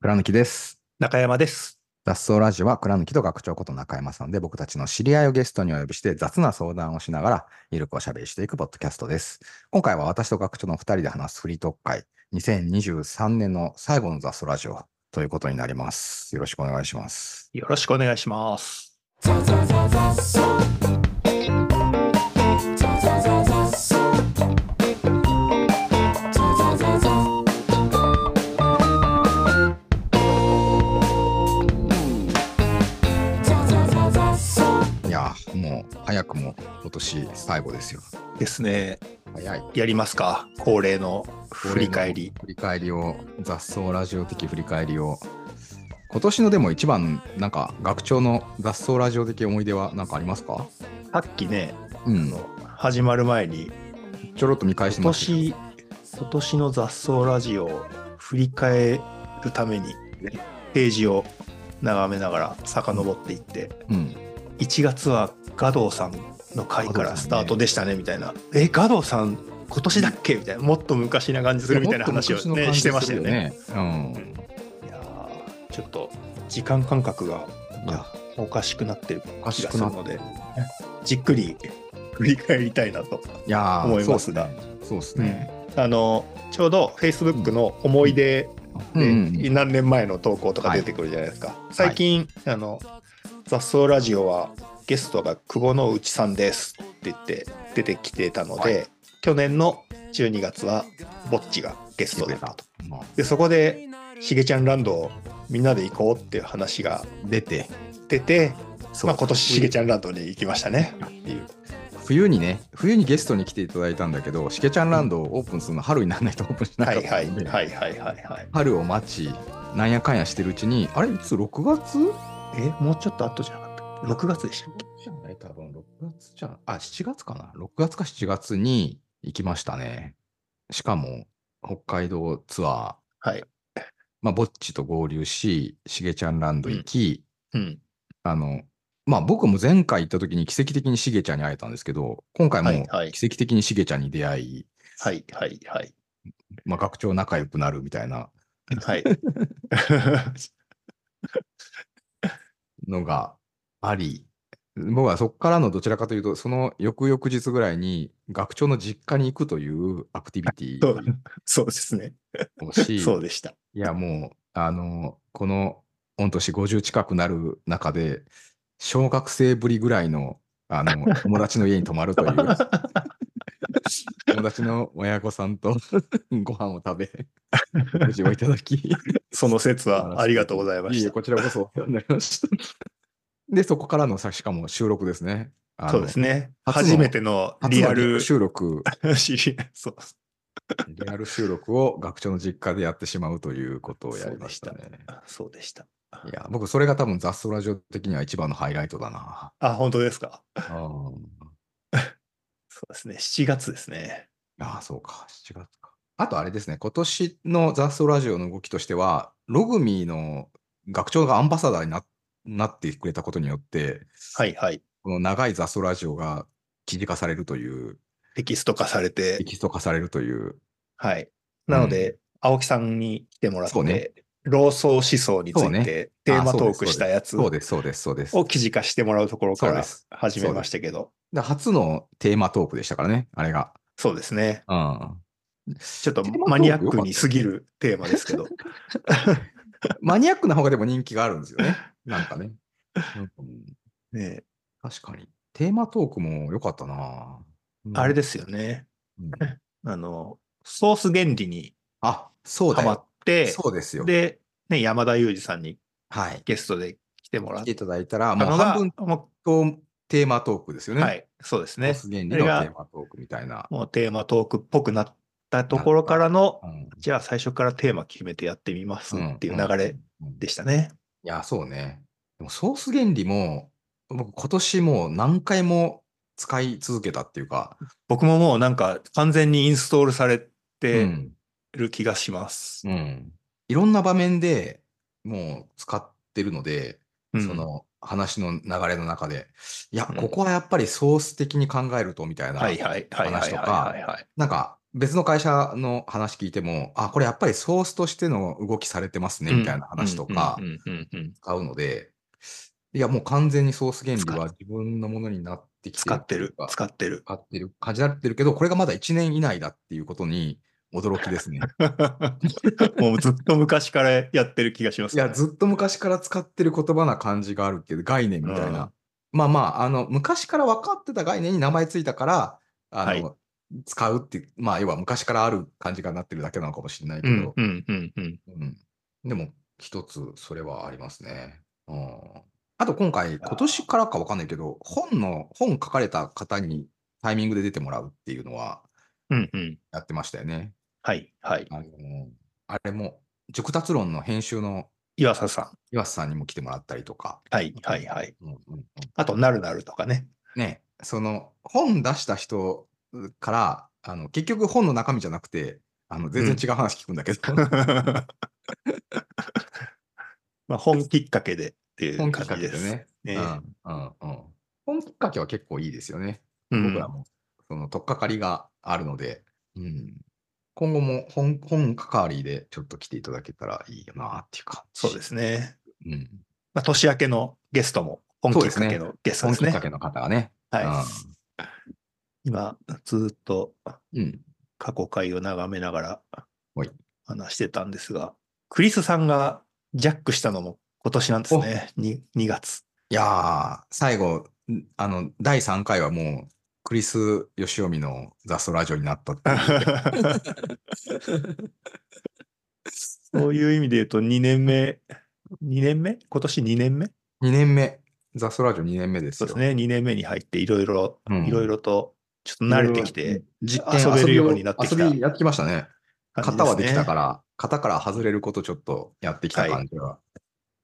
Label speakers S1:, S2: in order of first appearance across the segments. S1: 倉貫です。
S2: 中山です。
S1: 雑草ラジオは倉貫と学長こと中山さんで僕たちの知り合いをゲストにお呼びして雑な相談をしながらゆるくおしゃべりしていくポッドキャストです。今回は私と学長の2人で話すフリートーク会2023年の最後の雑草ラジオということになります。よろしくお願いします。
S2: よろしくお願いします。
S1: いやー、もう早くも今年最後ですよ。
S2: ですね。
S1: 早い。
S2: やりますか恒例の振り返り。
S1: 振り返りを雑草ラジオ的振り返りを今年のでも一番なんか学長の雑草ラジオ的思い出は何かありますか
S2: さっきね、
S1: う
S2: あ
S1: ん
S2: の始まる前に、
S1: ちょろっと見返して
S2: 今
S1: ましたけど
S2: 年、今年の雑草ラジオを振り返るために、ページを眺めながら遡っていって、
S1: うん
S2: 1月はガドさんの回からスタートでしたね、みたいな。え、ガドさん、今年だっけみたいな。もっと昔な感じするみたいな話をね、してましたよね。
S1: もっと昔の感じするよね
S2: いやーちょっと時間感覚が
S1: うんいや
S2: おかしくなってる
S1: おか
S2: 気
S1: し
S2: が
S1: く
S2: す
S1: な
S2: る
S1: っ
S2: ので、じっくり振り返りたいなと
S1: いやー
S2: 思いますが、
S1: そうですね
S2: あのちょうど Facebook の思い出
S1: うん
S2: で
S1: うんうん
S2: 何年前の投稿とか出てくるじゃないですか、最近、あの雑草ラジオはゲストが久保之内さんですって言って出てきてたので、
S1: は
S2: 去年の12月はぼっちがゲ
S1: 来
S2: ス
S1: て
S2: ト
S1: く
S2: だ
S1: れ
S2: った
S1: た
S2: と
S1: と。まあ
S2: でそこでしげちゃんランドをみんなで行こうっていう話が
S1: 出て
S2: 出て、
S1: そう
S2: まあ、今年しげちゃんランドに行きましたねっていう
S1: 冬にね冬にゲストに来ていただいたんだけどしけちゃんランドをオープンするの春にならないとオープンしな
S2: は
S1: かっ
S2: いは
S1: た
S2: い
S1: の
S2: はい
S1: で
S2: はいはいはい
S1: 春を待ちなんやかんやしてるうちにあれいつ6月
S2: えもうちょっと後じゃなかった6月でしたっけ
S1: じゃない多分6月じゃん。あ、7月かな ?6 月か7月に行きましたね。しかも、北海道ツアー、
S2: はい
S1: まあ、ぼっちと合流し、しげちゃんランド行き、
S2: うん
S1: あの、まあ、僕も前回行った時に奇跡的にしげちゃんに会えたんですけど、今回
S2: はい
S1: も
S2: はい
S1: 奇跡的にしげちゃんに出会い、
S2: はいはいはい
S1: まあ、学長仲良くなるみたいな
S2: はい
S1: のがあり、僕はそこからのどちらかというと、その翌々日ぐらいに学長の実家に行くというアクティビテ
S2: そう
S1: ィ
S2: そうですね
S1: をし、
S2: そうでした
S1: いや、もう、あの、この、御年50近くなる中で、小学生ぶりぐらいの、あの、 友達の家に泊まるという、友達の親御さんと ご飯を食べ、 お事をいただき、い
S2: その説はありがとうございま
S1: えい
S2: し
S1: え
S2: た
S1: こちらこそお世話になりました。で、そこからのさ、しかも収録ですね。あ
S2: そうです
S1: ね。
S2: ね
S1: 初の
S2: 初めての
S1: 初の
S2: リアル
S1: 収録、
S2: 知り合い そう
S1: リアル収録を学長の実家でやってしまうということをやりましたね。
S2: そうでした
S1: いや、僕、それが多分雑草ラジオ的には一番のハイライトだな。
S2: あ本当ですか
S1: あ
S2: そうですね7月ですね
S1: あ、そうか、7月か。あとあれですね、今年の雑草ラジオの動きとしては、ログミーの学長がアンバサダーにななってくれたことによって、
S2: はいはい
S1: この長い雑草ラジオが記事化されるという、
S2: テキスト化されて
S1: テキスト化されるという、
S2: はい。なので、青木さんに来てもらっ
S1: そうね
S2: て、老僧思想につ
S1: そう
S2: い
S1: ね
S2: てテーマトークしたやつ
S1: そう
S2: を
S1: です、そうです、そうです。
S2: 記事化してもらうところか
S1: そうで
S2: ら
S1: す
S2: 始めましたけど、
S1: で初のテーマトークでしたからね、あれが。
S2: そうですね。
S1: うん。
S2: ちょっと
S1: テーマトーク
S2: マニアックに過ぎるテーマですけど、
S1: マニアックな方がでも人気があるんですよ ね。なんかね。うん
S2: ね、
S1: 確かに。テーマトークも良かったな、、
S2: あれですすよね。
S1: うん
S2: あの、ソース原理に
S1: あ、そう
S2: ハ
S1: だ
S2: マっ
S1: よ。
S2: て、
S1: そうですよ。
S2: で、ね、山田裕二さんに
S1: はい。
S2: ゲストで来てもら
S1: 来
S2: って
S1: い
S2: た
S1: ただいたら、もう
S2: のが、
S1: 半分
S2: も
S1: とテーマトークですよ
S2: う
S1: ね。
S2: は。い、そうです
S1: ね。
S2: ね。
S1: 原理の
S2: そ
S1: テ
S2: れが
S1: ーマトークみたいな。
S2: もうテーマトークっぽくなったところからの
S1: うん。
S2: じゃあ最初からテーマ決めてやってみますっていう流れ
S1: うん。うん
S2: でしたね。
S1: いや、そうね。でもソース原理も、僕今年もう何回も使い続けたっていうか、
S2: 僕ももうなんか完全にインストールされ
S1: う
S2: て
S1: ん
S2: る気がします。
S1: うん。いろんな場面でもう使ってるので、
S2: うん
S1: その話の流れの中で、いや、
S2: うん
S1: ここはやっぱりソース的に考えるとみたいな、
S2: はいはいはいはいはいはいはい
S1: なんか別の会社の話聞いても、あ、これやっぱりソースとしての動きされてますね、みたいな話とか
S2: うんうんうんうん
S1: 使うので、いや、もう完全にソース原理は自分のものになってきて
S2: 使ってる
S1: 使
S2: 使ってる
S1: ってる、感じになってるけど、これがまだ1年以内だっていうことに驚きですね。
S2: もうずっと昔からやってる気がします
S1: いや、ずっと昔から使ってる言葉な感じがあるけど、概念みたいな。まあまあ、あの、昔から分かってた概念に名前ついたから、あの、
S2: はい
S1: 使うっていう、まあ、要は昔からある感じがなってるだけなのかもしれないけ
S2: う
S1: ど、
S2: んうんうんうん
S1: うんでも、一つ、それはありますね。うんあと、今回、今年からかわかんないけど、本の、本書かれた方にタイミングで出てもらうっていうのは
S2: うんうん
S1: やってましたよね。
S2: はいはい
S1: あのあれも、熟達論の編集の
S2: 岩佐さん
S1: 岩瀬さんにも来てもらったりとか、
S2: はいはいはい
S1: うんうんうん
S2: あとなるなるとかね
S1: ね、その、本出した人から、あの結局本の中身じゃなくて、あの全然違う話聞くんだけど、
S2: まあ本きっかけでっていう
S1: 本き
S2: 感
S1: っか
S2: じ
S1: け
S2: で。
S1: ですね。
S2: ね
S1: うんうんうん本きっかけは結構いいですよね。
S2: うん
S1: 僕らも、その、とっかかりがあるので、うん今後も本、本関わりでちょっと来ていただけたらいいよなっていう感じ。
S2: そうですね。
S1: うん。
S2: まあ、年明けのゲストも本きっかけのゲスト
S1: 本
S2: で
S1: き
S2: す
S1: っ
S2: ね。
S1: かけの方がね。
S2: はい、今ずっと
S1: うん。うん。
S2: 過去回を眺めな
S1: は
S2: がら
S1: い
S2: 話してたんですが、クリスさんがジャックしたのも今年なんですね。に 2, 月。
S1: いやー、最後、んあの、第3回はもう、クリス・ヨシオミの雑草ラジオになったっていう。
S2: そういう意味で言うと2年目、2年目今年2年目
S1: 2年目、雑草ラジオ2年目です
S2: そう
S1: よ。
S2: ですね。2年目に入っていろいろ
S1: うん、
S2: いろいろとちょっと慣れてきて、
S1: 実
S2: 遊べるようになってきた。
S1: 遊びやってきましたね。型はできたからら、型から外れることちょっとやってき
S2: は
S1: た
S2: い
S1: 感じは。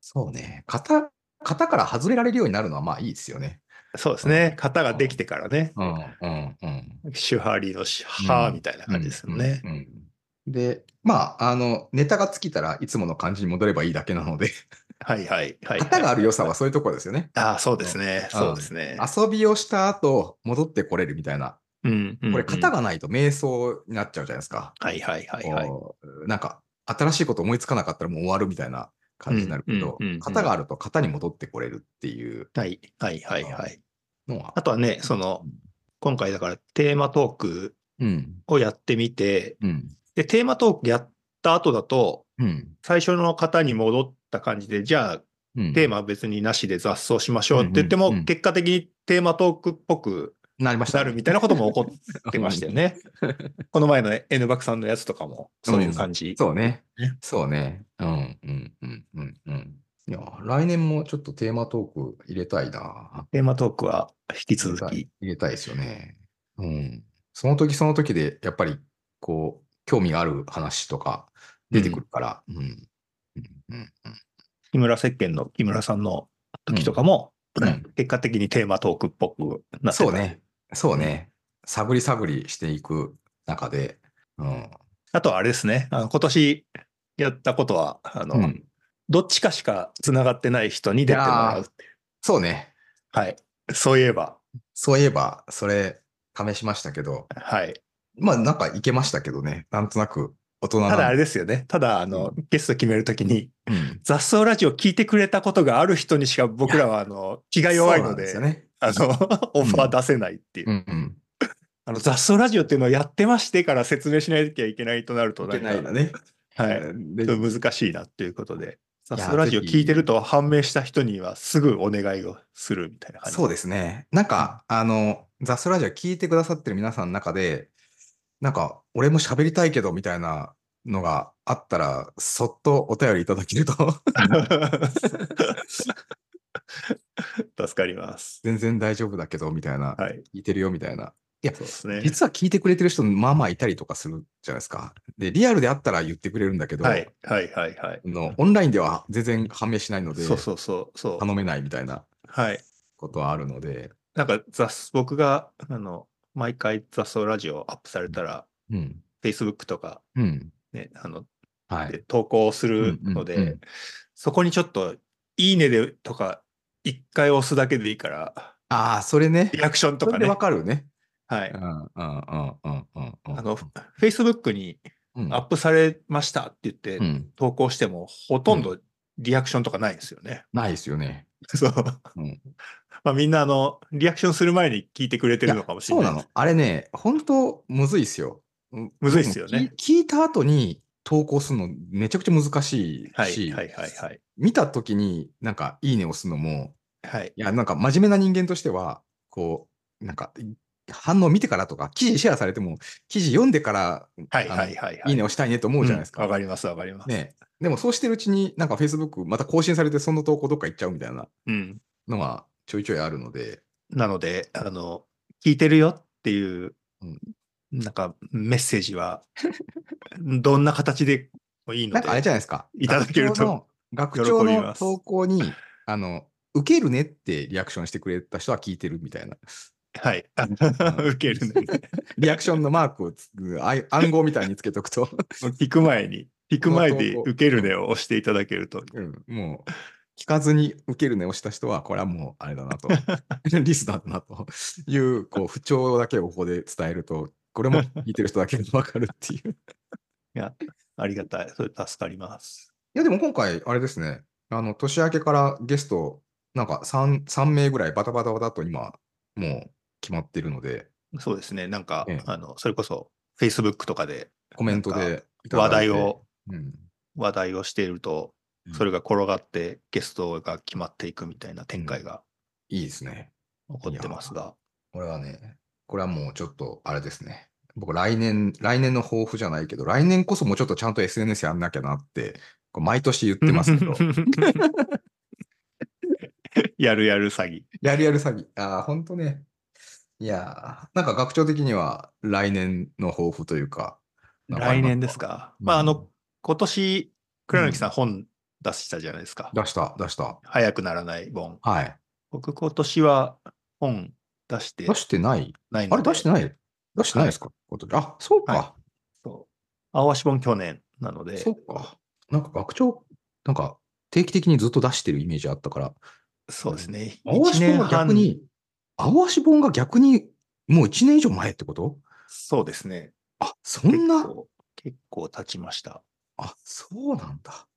S1: そうね。型、型から外れられるようになるのはまあいいですよね。
S2: そうですね。型ができてからね。
S1: うん、うん、うん。
S2: シュハリのシュハーみたいな感じですよね
S1: う。ん。うんで、まあ、あの、ネタが尽きたらいつもの感じに戻ればいいだけなので、
S2: はいはいはい。
S1: 型がある良さはそういうところですよね。
S2: ああ、そうですね。
S1: うん
S2: そうですね。
S1: 遊びをした後、戻ってこれるみたいな。
S2: うんうんうん
S1: これ、型がないと瞑想になっちゃうじゃないですか。
S2: はいはいはいはい。
S1: こうなんか、新しいこと思いつかなかったらもう終わるみたいな感じになるけど
S2: うんうんうんう、ん
S1: 型があると型に戻ってこれるっていう
S2: はいはいはいはい。
S1: のは
S2: あ。とはね、その
S1: うん、
S2: 今回だからテーマトーク
S1: うん。
S2: をやってみて、
S1: うん。
S2: で、テーマトークやった後だと、
S1: うん。
S2: 最初の型に戻った感じで、じゃあ
S1: うん
S2: テーマは別になしで雑草しましょうって言っても、
S1: うんうんうん
S2: 結果的にテーマトークっぽく
S1: なりました
S2: な
S1: ね。
S2: るみたいなことも起こってましたよね。 この前の N バクさんのやつとかも、そういう感じ。
S1: そうね
S2: ね。
S1: そうね。うん。うん。うん。うん。うん。いや、来年もちょっとテーマトーク入れたいな。
S2: テーマトークは引き
S1: 入
S2: 続
S1: れた
S2: き
S1: い。入れたいですよね。うん。その時その時で、やっぱり、こう、興味がある話とか出てくるから。うん。うん。うん。
S2: 木村石鹸の木村さんの時とか
S1: う
S2: も、
S1: んうん
S2: 結果的にテーマトークっぽくなってた
S1: そうね。そうね。探り探りしていく中で、うん。
S2: あとはあれですね、あの今年やったことは、あの、
S1: うん
S2: どっちかしかつながってない人に出てもらうっていう。
S1: そうね。
S2: はい。そういえば、
S1: そういえば、それ、試しましたけど、
S2: はい。
S1: まあ、なんかいけましたけどね。なんとなく、大人な。
S2: ただあれですよね。ただ、あの、ゲスト決めるときに、
S1: うん、
S2: 雑草ラジオ聞いてくれたことがある人にしか僕らは、あの、気が弱いので、
S1: そうなんです
S2: あの、オファー出せないっていう。
S1: よね。うん、
S2: あの、雑草ラジオっていうのをやってましてから説明しなきゃいけないとなると、
S1: うん。
S2: なんか
S1: ね。
S2: はい。
S1: で
S2: ちょっと難しいなっていうことで、さ
S1: いや
S2: すラジオ
S1: ぜひ
S2: 聞いてると判明した人にはすぐお願いをするみたいな感じ。
S1: そうですね。なんか、あの、ザスラジオ聞いてくださってる皆さんの中で、なんか、俺も喋りたいけど、みたいなのがあったら、そっとお便りいただけると、
S2: 助かります。
S1: 全然大丈夫だけど、みたいな、
S2: はい。
S1: 聞いてるよ、みたいな。いや
S2: そうですね。
S1: 実は聞いてくれてる人、まあまあいたりとかするじゃないですか。で、リアルであったら言ってくれるんだけど、
S2: はい。はいはいはい。
S1: あのオンラインでは全然判明しないので、
S2: そうそうそう。そう
S1: 頼めないみたいな
S2: はい。
S1: ことはあるので、
S2: なんか雑、僕が、あの、毎回雑草ラジオアップされたら、
S1: うん。
S2: Facebook とか、
S1: うん。
S2: ね、あの、
S1: はい
S2: で。投稿するので、
S1: うんうんうん
S2: そこにちょっと、いいねでとか、一回押すだけでいいから、
S1: ああ、それね。
S2: リアクションと
S1: そ
S2: か
S1: れで
S2: ね
S1: わ。かるね。
S2: はい。
S1: うんうんうんうんうんうん。
S2: あの、Facebook に
S1: うん、
S2: アップされましたって言って
S1: うん、
S2: 投稿しても、ほとんどリアクションとかないですよね。
S1: ないですよね。
S2: そう。
S1: うん
S2: まあみんなあの、リアクションする前に聞いてくれてるのかもしれ
S1: そう
S2: ない。
S1: なの。あれね、本当むずいっすよ。
S2: むずいっすよね
S1: き聞いた後に投稿するのめちゃくちゃ難しいし、
S2: はいはいはいはい。
S1: 見た時になんかいいねを押すのも、
S2: はい。
S1: いや、なんか真面目な人間としては、こう、なんか反応見てからとか、記事シェアされても、記事読んでから
S2: はいはいはいはい。
S1: いいねをしたいねと思うじゃないですか。
S2: うんわ、かりますわかります。
S1: ねえでもそうしてるうちに、なんか Facebook また更新されて、その投稿どっか行っちゃうみたいな
S2: うん。
S1: のはちょいちょいあるので、
S2: なので、あの、聞いてるよっていう
S1: うん、
S2: なんかメッセー ジは、どんな形でもいいの
S1: なん
S2: で。
S1: かあれじゃないですか。
S2: いただけると
S1: 学長の。学
S2: 喜
S1: 長
S2: び
S1: の
S2: ます
S1: 投稿に、あの、受けるねってリアクションしてくれた人は聞いてるみたいな。
S2: はい。あ
S1: うん
S2: 受けるね。
S1: リアクションのマークをつあい暗号みたいにつけとくと、
S2: 聞く前に、聞く前で
S1: この投稿
S2: 受けるねを押していただけると。
S1: うんもう、聞かずに受けるねをした人は、これはもうあれだな と、リスナーだなという、こう、不調だけをここで伝えると、これも聞いてる人だけでわかるっていう。い
S2: ありがたい。それ助かります。
S1: や、でも今回、あれですね、あの、年明けからゲスト、なんか 3, 3名ぐらいバタバタバタと今、もう決まってるので、
S2: そうですね。なんか、
S1: ええ
S2: あの、それこそ、Facebook とかで
S1: コメントでいただ
S2: 話
S1: いて
S2: 題を、
S1: うん、
S2: 話題をしていると、
S1: うん
S2: それが転がってゲストが決まっていくみたいな展開が
S1: いいですね。
S2: 起こってますが。
S1: これはね、これはもうちょっとあれですね。僕、来年、来年の抱負じゃないけど、来年こそもうちょっとちゃんと SNS やんなきゃなって、こう毎年言ってます けど、
S2: やるやる詐欺。
S1: やるやる詐欺。ああ、ほんとね。いやー、なんか学長的には来年の抱負というか、なんかあり
S2: 来
S1: ます
S2: 年ですか。
S1: うん
S2: まあ、あの、今年、倉貫さん本出したじゃないですか。
S1: 出した、出した。
S2: 早くならない本。
S1: はい。
S2: 僕、今年は本出して
S1: 出してない
S2: ないの
S1: あ
S2: で。
S1: れ出して
S2: い
S1: ない出してないですか、今年あ、そうか、
S2: はそう。青足本去年なので、
S1: そうか。なんか学長、なんか定期的にずっと出してるイメージあったから、
S2: そうですね。
S1: 青
S2: 一
S1: 足本が逆に、青足本が逆にもう1年以上前ってこと
S2: そうですね。
S1: あ、そん
S2: 結
S1: な、
S2: 構結構経ちました。
S1: あ、そうなんだ。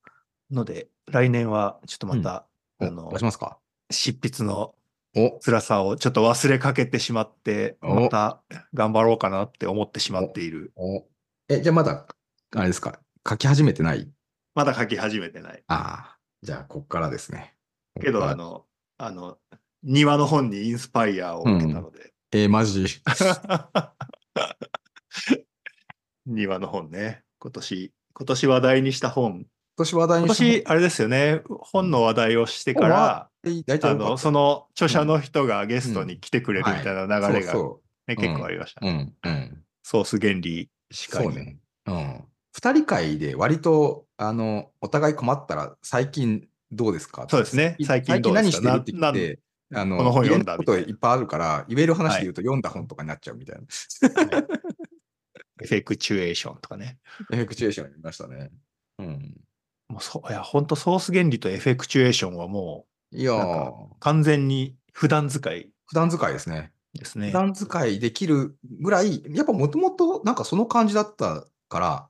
S2: ので、来年はちょっとまた、
S1: お
S2: あの
S1: 出しますか
S2: 執筆の
S1: お、
S2: 辛さをちょっと忘れかけてしまって、
S1: お
S2: また頑張ろうかなって思ってしまっている。
S1: お。え、じゃあまだ、あれですか書き始めてない
S2: まだ書き始めてない。
S1: ああ、じゃあこっからですね。
S2: け
S1: こっ
S2: ど、
S1: から
S2: あ、の、あの、庭の本にインスパイアを受けたので。
S1: えーマ ジ。
S2: 庭の本ね。今年、今年話題にした本。
S1: 今年話題
S2: 今
S1: に
S2: 年、
S1: た
S2: あれですよね。本の話題をしてから、
S1: 本大体
S2: あ
S1: よか
S2: の、
S1: っ
S2: その著者の人がゲストに来てくれる
S1: うん
S2: みたいな流れ
S1: た
S2: が
S1: そ
S2: ね、
S1: うん
S2: 結構ありました
S1: うそう。う。ん、うん。
S2: ソース原理しか
S1: そうね。うん。二人会で割と、あの、お互い困ったら、最近どうですか
S2: そうですね
S1: 最
S2: 最
S1: 近
S2: 近どうですか
S1: 何してるって聞いて、あの、
S2: この本読んだ
S1: 言えないこといっぱいあるから、言える話で
S2: はい
S1: 言うと読んだ本とかになっちゃうみ たいな。
S2: エフェクチュエーションとかね。
S1: エフェクチュエーションありましたね。うん。
S2: もうそういや本当ソース原理とエフェクチュエーションはも
S1: いや
S2: なん
S1: ー
S2: か、う完全に普段使い
S1: 普段使いですね。
S2: ですね
S1: 普。段使いできるぐらい、やっぱもともとなんかその感じだったから、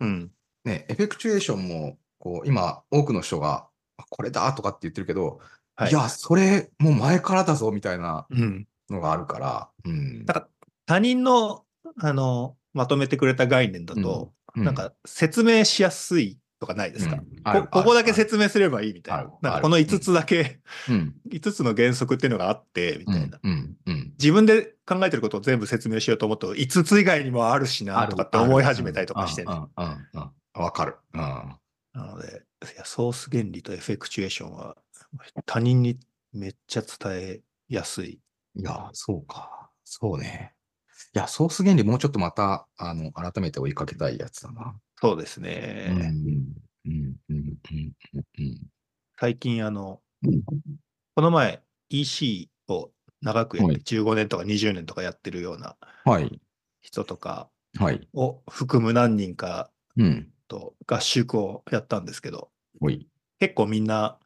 S2: うん。
S1: ね、エフェクチュエーションも、こう、今、多くの人が、あこれだとかって言ってるけど、
S2: はい
S1: い、や、それ、もう前からだぞ、みたいな
S2: うん。
S1: のがあるから、うん
S2: だ。から他人のあのまとめてくれた概念だと、な
S1: う
S2: んか説明しやすいとかないです
S1: う
S2: か、
S1: ん
S2: こ
S1: ある
S2: ここだけ
S1: ある
S2: 説明すればいいみたい
S1: ある
S2: な。なん
S1: あ
S2: か
S1: る
S2: この5つだけ、
S1: うん、
S2: 5つの原則っていうのがあって、み
S1: う
S2: たいな。
S1: ん、うん、うん。
S2: 自分で考えてることを全部説明しようと思うと、5つ以外にもあるしな、とかって思い始めたりとかしてね
S1: うん、うん、うん。わかる。うん。
S2: なので、いやソース原理とエフェクチュエーションは他人にめっちゃ伝えやすい。
S1: いや、そうか。そうね。いや、ソース原理、もうちょっとまた、あの、改めて追いかけたいやつだな。
S2: そうです
S1: う
S2: ね。
S1: ん、うん、うん、うん、うん。
S2: 最近、あの、
S1: うん
S2: この前 EC を長くやっ
S1: はい
S2: て15年とか20年とかやってるような
S1: はい、
S2: 人とか
S1: はい。
S2: を含む何人か
S1: うん。
S2: と合宿をやったんですけど、
S1: おい。
S2: 結構みんな、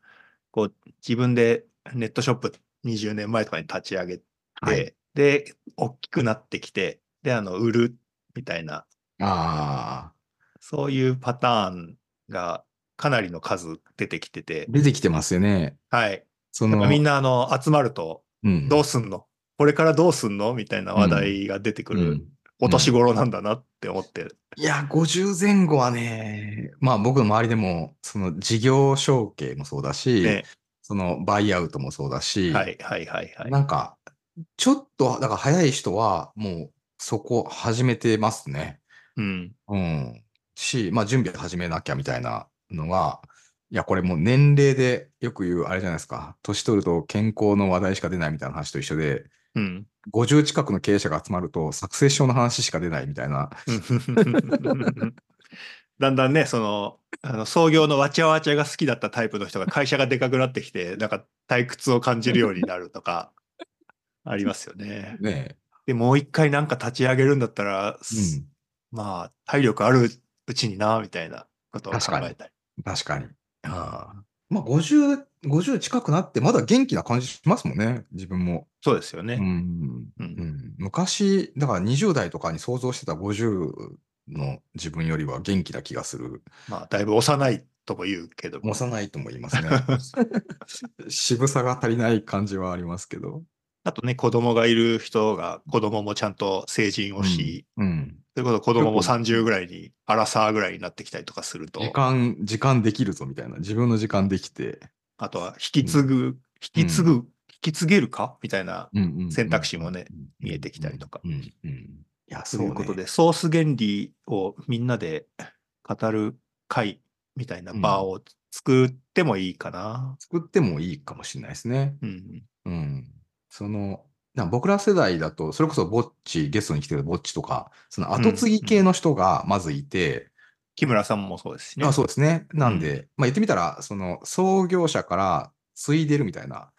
S2: こう、自分でネットショップ20年前とかに立ち上げて、
S1: はい
S2: で、大きくなってきて、で、あの、売るみたいな、
S1: ああ。
S2: そういうパターンがかなりの数出てきてて、
S1: 出てきてますよね。
S2: はい。
S1: そ
S2: やっ
S1: の
S2: ぱみんな、あの、集まると、
S1: うん、
S2: どうすんのこれからどうすんのみたいな話題が出てく
S1: う
S2: る
S1: ん
S2: お年頃なんだなって思って、
S1: いや、50前後はね、まあ僕の周りでも、その事業承継もそうだし、
S2: ね。
S1: そのバイアウトもそうだし、
S2: はいはいはいはい。
S1: なんか、ちょっと、だから早い人は、もうそこ始めてますね。
S2: うん。
S1: うん。し、まあ準備始めなきゃみたいなのが、いや、これもう年齢でよく言う、あれじゃないですか。年取ると健康の話題しか出ないみたいな話と一緒で、
S2: うん。
S1: 50近くの経営者が集まると、サクセス症の話しか出ないみたいな。
S2: だんだんね、その、あの創業のわちゃわちゃが好きだったタイプの人が会社がでかくなってきて、なんか退屈を感じるようになるとか、ありますよね。
S1: ね
S2: で、もう一回なんか立ち上げるんだったら、
S1: え。う
S2: まあ、体力あるうちにな、みたいなことを考えたり。
S1: ん。確かに。ああまあ50、50近くなって、まだ元気な感じしますもんね。自分も。
S2: そうです
S1: う
S2: よね。
S1: ん。
S2: う。
S1: うんん、昔、だから20代とかに想像してた50の自分よりは元気な気がする。
S2: まあ、だいぶ幼いとも言うけども。
S1: 幼いとも言います ね。渋さが足りない感じはありますけど。
S2: あとね、子供がいる人が、子供もちゃんと成人をし、
S1: うん。
S2: それこそ子供も
S1: 結構
S2: 30ぐらいに、アラサーぐらいになってきたりとかすると、
S1: 時間、時間できるぞみたいな。自分の時間できて。
S2: あとは引き継ぐ、引き継ぐ、引き継げるかみたいな、
S1: うんうんうん
S2: 選択肢もね
S1: うん
S2: 見えてきたりとか
S1: うんうんいや、そ
S2: と
S1: うい
S2: い
S1: う
S2: う
S1: こ
S2: ことと
S1: で。
S2: で、ソース原理をみんなで語る会みたいな場を作ってもいいかな。
S1: 作ってもいいかもしれないですね。
S2: うん。
S1: うん。その、なんか僕ら世代だと、それこそぼっち、ゲストに来てるぼっちとか、その後継ぎ系の人がまずいて、
S2: 木村さんもそうですしね。
S1: あそうですね。なんで、まあ言ってみたら、その創業者から継いでるみたいな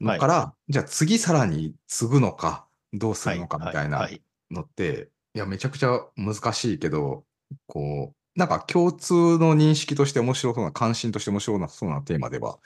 S1: のから、じゃあ次さらに継ぐのか、どうす
S2: は
S1: るのかみたい
S2: は
S1: な
S2: はい
S1: のって、いや、めちゃくちゃ難しいけど、こう、なんか共通の認識として面白そうな、関心として面白そうなテーマでは、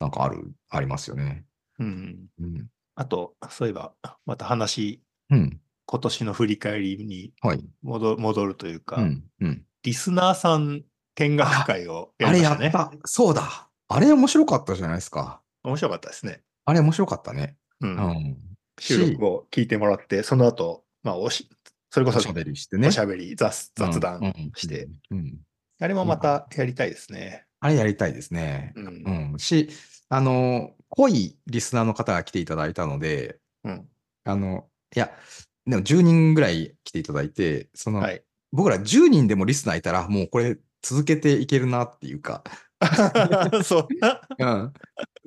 S1: なんかある、ありますよね。
S2: うん。
S1: うん。
S2: あと、そういえば、また話、
S1: うん。
S2: 今年の振り返りに
S1: はい。
S2: 戻戻るというか、
S1: うん。うん。
S2: リスナーさん見学会をや
S1: あ
S2: り
S1: れ
S2: ま
S1: や
S2: したね
S1: っ。た、そうだ。あれ面白かったじゃないですか。
S2: 面白かったですね。
S1: あれ面白かったね。
S2: う。
S1: うんん。
S2: 収録を聞いてもらって、その後、まあ、おし、それこ
S1: お
S2: そ
S1: しゃべりしてね。
S2: おしゃべり雑、雑談して、
S1: うん。うん
S2: あれもまたやりたいですね。
S1: あれやりたいですね。
S2: う。
S1: うんん。し、あの、濃いリスナーの方が来ていただいたので、
S2: うん。
S1: あの、いや、でも10人ぐらい来ていただいて、その、
S2: はい。
S1: 僕ら10人でもリスナーいたら、もうこれ続けていけるなっていう か、
S2: そう。
S1: うん。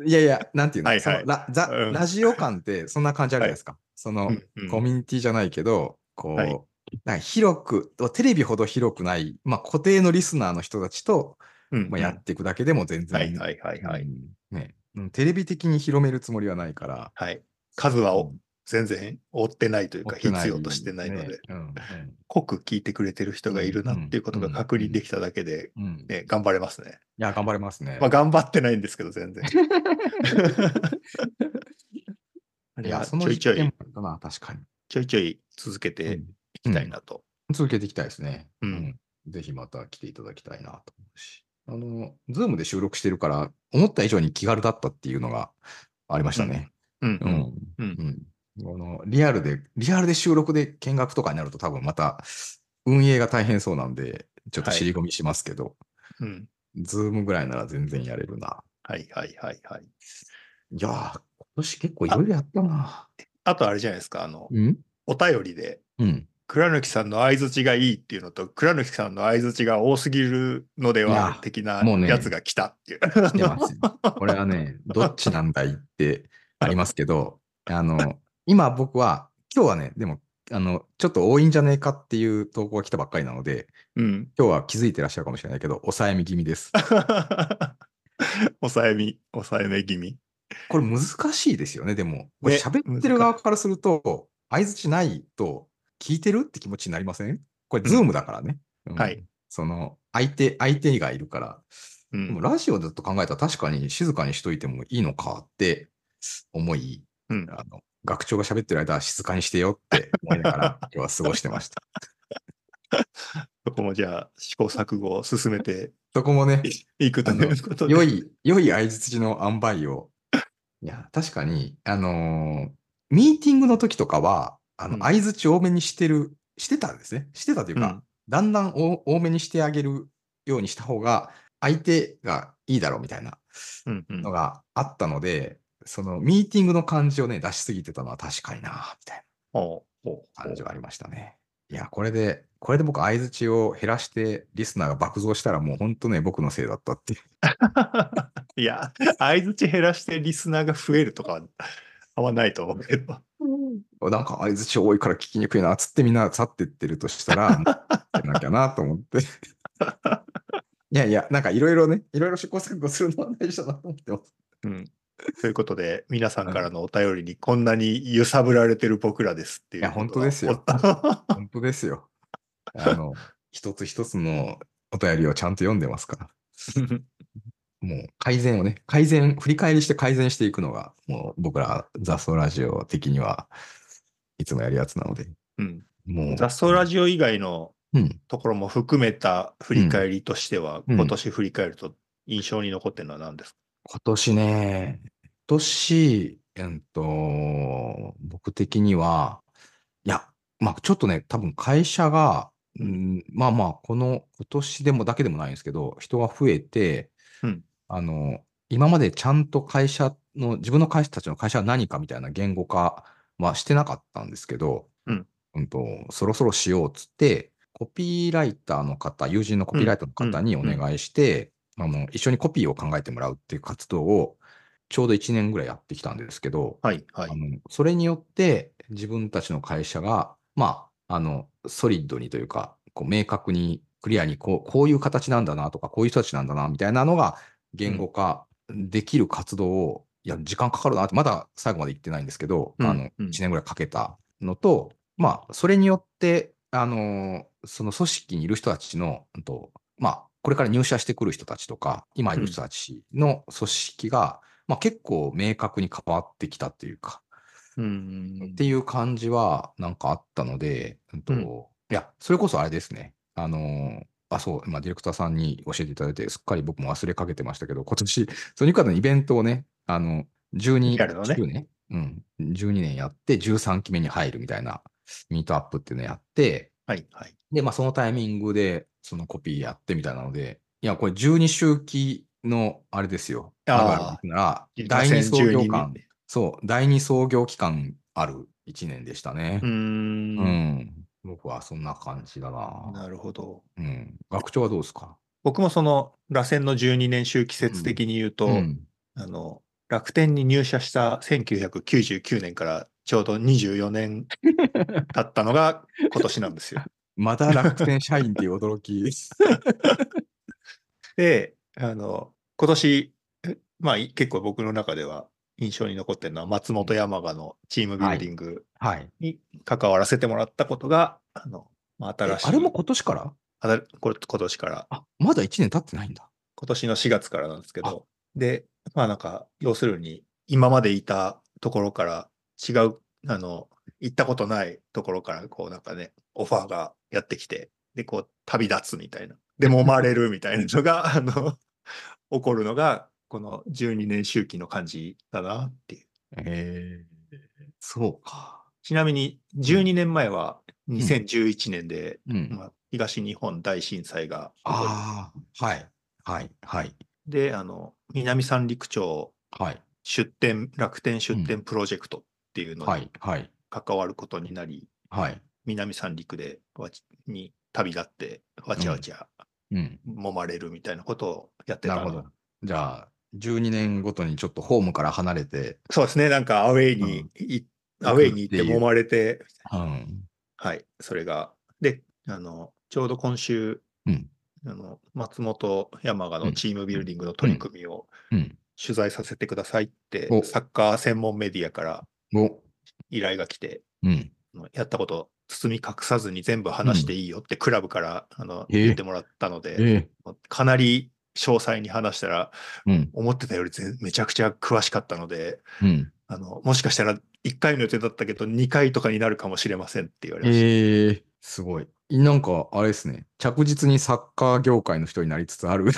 S1: いやいや、なんていうの、
S2: はいは
S1: そ
S2: い
S1: のラザ
S2: うん
S1: ラジオ感ってそんな感じあるじゃないですか。その、
S2: うんうん
S1: コミュニティじゃないけど、こう、
S2: はい
S1: なんか広く、テレビほど広くない、まあ固定のリスナーの人たちと、
S2: うん
S1: まあ、やっていくだけでも全然、
S2: はいはいはいはい。
S1: うんねうんテレビ的に広めるつもりはないから。
S2: はい。数はお
S1: うん
S2: 全然追ってないというか、
S1: 追ってない
S2: 必要としてないの
S1: ね
S2: で、
S1: うんうん
S2: 濃く聞いてくれてる人がいるなっていうことが確認できただけで、
S1: うんい
S2: ね、頑張れますね。
S1: や、頑張れますね。
S2: まあ、頑張ってないんですけど、全然。
S1: いや、そ
S2: その
S1: の
S2: ちょいちょ
S1: 一点
S2: い
S1: も、あったな、確かに。
S2: ちょいちょい続けていきたいなと。
S1: 続けていきたいですね。
S2: うん
S1: ぜひまた来ていただきたいなと思うし。あの、ズームで収録してるから、思った以上に気軽だったっていうのがありましたね。
S2: うん
S1: うん。
S2: うんうん
S1: うんこのリアルで、リアルで収録で見学とかになると多分また運営が大変そうなんで、ちょっと尻込みしますけど、
S2: うん
S1: ズームぐらいなら全然やれるな。
S2: はいはいはいはい。
S1: いやー、今年結構いろいろやったな。
S2: あとあれじゃないですか、あの、
S1: うん
S2: お便りで、
S1: うん。
S2: 倉貫さんの相づちがいいっていうのと、倉貫さんの相づちが多すぎるので
S1: い
S2: は
S1: や
S2: 的な
S1: もうね
S2: やつが来たっていう。
S1: 来てますよ。これは ね、どっちなんだいってありますけど、あの、今僕は、今日はね、でも、あの、ちょっと多いんじゃねえかっていう投稿が来たばっかりなので、
S2: うん。
S1: 今日は気づいてらっしゃるかもしれないけど、抑え身気味です。
S2: 抑えみ、抑えめ気味。
S1: これ難しいですよね、でも。これ
S2: ね
S1: 喋ってる側からすると、相づちないと、聞いてるって気持ちになりませんこれ、ズームだからね。うん
S2: はい。
S1: その、相手、相手がいるから。で
S2: う
S1: も
S2: ん。
S1: ラジオだと考えたら確かに静かにしといてもいいのかって思い、
S2: うん
S1: あの学長が喋ってる間は静かにしてよって思いながら、今日は過ごしてました。
S2: そこもじゃあ試行錯誤を進め て
S1: そこもね、
S2: いくということで。
S1: 良い、良い相槌の塩梅を。いや、確かに、あのーミーティングの時とかは、あ
S2: う
S1: の、
S2: ん
S1: 相槌多めにしてる、してたんですね。してたというか、
S2: うん
S1: だんだんお多めにしてあげるようにした方が、相手がいいだろうみたいな
S2: うんうん
S1: のがあったので、そのミーティングの感じをね、出しすぎてたのは確かにな、みたい
S2: おうおう
S1: な感じはありましたね。いや、これで、これで僕、相槌を減らして、リスナーが爆増したら、もう本当ね、僕のせいだったっていう。
S2: いや、相づち減らしてリスナーが増えるとかはあんまないと思う けど。
S1: なんか相づち多いから聞きにくいな、つってみんな去ってってるとしたら、もうやってなきゃなと思って。いやいや、なんかいろいろね、いろいろ試行錯誤するのは大事だなと思ってます。
S2: うん、ということで、皆さんからのお便りにこんなに揺さぶられてる僕らですっていう。
S1: いや本当ですよ。本当ですよ。あの、一つ一つのお便りをちゃんと読んでますから。もう改善をね、改善、振り返りして改善していくのが、もう僕ら雑草ラジオ的にはいつもやるやつなので、
S2: うん、
S1: もう。
S2: 雑草ラジオ以外の
S1: うん。
S2: ところも含めた振り返りとしては、
S1: うん
S2: 今年振り返ると印象に残ってるのは何ですか、
S1: 今年ね、今年、えっと、僕的には、いや、まあちょっとね、多分会社が、うん、まあまあ、この今年でもだけでもないんですけど、人が増えて、
S2: うん
S1: あの、今までちゃんと会社の、自分の会社たちの会社は何かみたいな言語化はしてなかったんですけど、
S2: うん
S1: うんと、そろそろしようっつって、コピーライターの方、友人のコピーライターの方にお願いして、あの、一緒にコピーを考えてもらうっていう活動を、ちょうど1年ぐらいやってきたんですけど、
S2: はい、は
S1: あ
S2: い。
S1: のそれによって自分たちの会社が、まあ、あのソリッドにというかこう明確にクリアにこうこういう形なんだなとかこういう人たちなんだなみたいなのが言語化できる活動を、いや時間かかるなってまだ最後まで行ってないんですけど、
S2: うん
S1: あの
S2: うん
S1: 1年ぐらいかけたのと、まあ、それによってあのその組織にいる人たちの、うんとまあ、これから入社してくる人たちとか今いる人たちの組織が、まあ、結構明確に変わってきたっていうか、
S2: うん
S1: っていう感じはなんかあったので、うんと
S2: うん
S1: いや、それこそあれですね。あのーあ、そう、まあ、ディレクターさんに教えていただいて、すっかり僕も忘れかけてましたけど、今年、ソニカのイベントをね、あの、12
S2: やるのね
S1: 周年うん、12年やって、13期目に入るみたいなミートアップっていうのやって、
S2: はい、はい。
S1: で、まあ、そのタイミングで、そのコピーやってみたいなので、いや、これ12周期の、あれですよ。
S2: あ
S1: だから、第二創業
S2: 2012
S1: 間
S2: 年
S1: そう、第二創業期間ある1年でしたね
S2: う。ん
S1: うん。僕はそんな感じだな。
S2: なるほど。
S1: うん。学長はどうですか
S2: 僕もその、螺旋の12年周期説的に言うと、
S1: うん。
S2: あの、楽天に入社した1999年からちょうど24年経ったのが今年なんで すよ。
S1: まだ楽天社員っていう驚 き。
S2: で、あの、今年、えまあい結構僕の中では印象に残ってるのは松本山雅のチームビルディング
S1: はい。
S2: に関わらせてもらったことが、あの、まあ、
S1: え
S2: 新しい。
S1: あれも今年から
S2: あだこれ今年から、
S1: あ、まだ1年経ってないんだ。
S2: 今年の4月からなんですけど、で、まあなんか、要するに、今までいたところから違う、あの、行ったことないところから、こうなんかね、オファーがやってきて、で、こう旅立つみたいな。で、揉まれるみたいなのが、あ の、起こるのが、この12年周期の感じだなっていう。
S1: へえ。そうか。
S2: ちなみに、12年前は2011年で、
S1: うん。
S2: まあ、東日本大震災が起こり
S1: ああ、はい。はい。はい。
S2: で、あの、南三陸町
S1: はい。
S2: 出店、楽天出店プロジェクトっていうの
S1: は
S2: に
S1: い。はい。
S2: 関わることになり、
S1: はい。
S2: 南三陸でわちに旅立って、わちゃわちゃ
S1: うん。
S2: 揉まれるみたいなことをやってた
S1: な
S2: の
S1: るほど。じゃあ、12年ごとにちょっとホームから離れて、
S2: そうですね、なんかアウェイに、いアウェイに行って
S1: 行くっていう
S2: 揉まれて、
S1: うん。
S2: はい、それが。で、あの、ちょうど今週、
S1: うん
S2: あの松本山雅のチームビルディングの取り組みを
S1: うん。
S2: 取材させてくださいって、
S1: お
S2: サッカー専門メディアから
S1: お、
S2: 依頼が来て、
S1: うん。
S2: あのやったことを包み隠さずに全部話していいよってクラブから、あの
S1: ええ
S2: 言ってもらったので、
S1: ええ。
S2: かなり詳細に話したら
S1: うん。
S2: 思ってたより全めちゃくちゃ詳しかったので
S1: うん。
S2: ああの、もしかしたら1回の予定だったけど、2回とかになるかもしれませんって言われました。
S1: えー、すごい。なんか、あれですね。着実にサッカー業界の人になりつつある。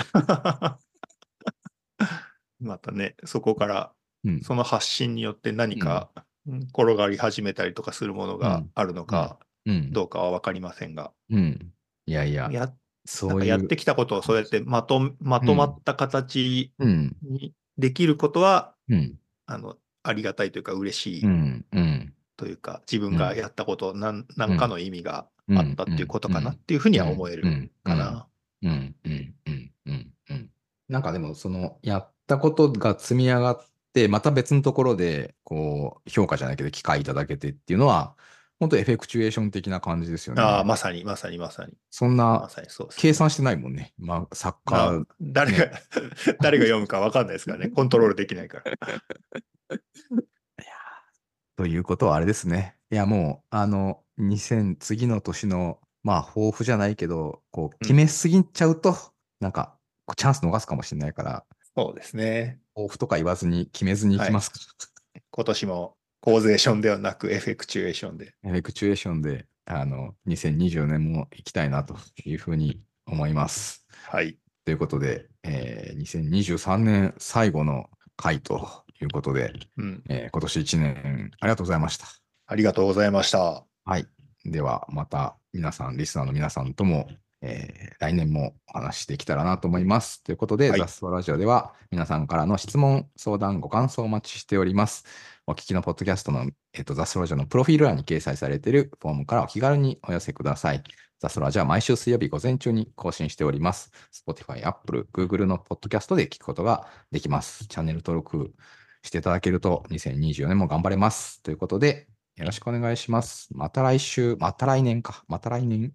S2: またね、そこから、
S1: うん
S2: その発信によって何かうん転がり始めたりとかするもの
S1: う
S2: が
S1: ん
S2: あるのか
S1: うん。
S2: どうかは分かりませんが、
S1: うん。いやいや、
S2: や
S1: そ
S2: なん
S1: う
S2: か
S1: いう。
S2: やってきたことをそうやってまとまとまった形
S1: うん。
S2: にできることは、
S1: うん。
S2: あの、ありがたいというか嬉し
S1: う
S2: い
S1: ん。うん。
S2: というか、自分がやったこと何、なんかの意味が
S1: うん
S2: あったっていうことかなっていうふうには思えるかな。。
S1: うんうんうんうんうん。なんかでも、その、やったことが積み上がって、また別のところで、こう、評価じゃないけど、機会いただけてっていうのは、本当エフェクチュエーション的な感じですよね。
S2: ああ、まさに、まさに、まさに。
S1: そん
S2: ま
S1: な、
S2: さにそうですね
S1: 計算してないもんね。まあ、サッカー
S2: まあ誰が、 誰が読むか分かんないですからね。コントロールできないから。
S1: ということはあれですね。いや、もう、あの、2000、次の年の、まあ、抱負じゃないけど、こう、決めすぎちゃうと、なんか、こうチャンス逃すかもしれないから、
S2: そうですね。
S1: 抱負とか言わずに、決めずにいきますか。
S2: 今年も、コーゼーションではなく、エフェクチュエーションで。
S1: エフェクチュエーションで、あの、2024年も行きたいなというふうに思います。
S2: はい。
S1: ということで、えー2023年最後の回ということで、
S2: うん。
S1: えー今年1年ありがとうございました。
S2: ありがとうございました。
S1: はい。では、また皆さん、リスナーの皆さんとも、えー来年もお話しできたらなと思います。ということで、
S2: はい
S1: ザスワラジオでは、皆さんからの質問、相談、ご感想をお待ちしております。お聞きのポッドキャストの、えっとザスワラジオのプロフィール欄に掲載されているフォームからお気軽にお寄せください。ザスワラジオは毎週水曜日午前中に更新しております。Spotify、Apple、Google のポッドキャストで聞くことができます。チャンネル登録していただけると2024年も頑張れます。ということで、よろしくお願いします。また来週、また来年か、また来年。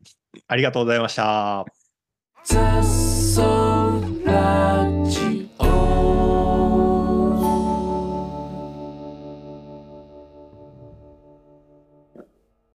S2: ありがとうございました。
S3: Just so loud.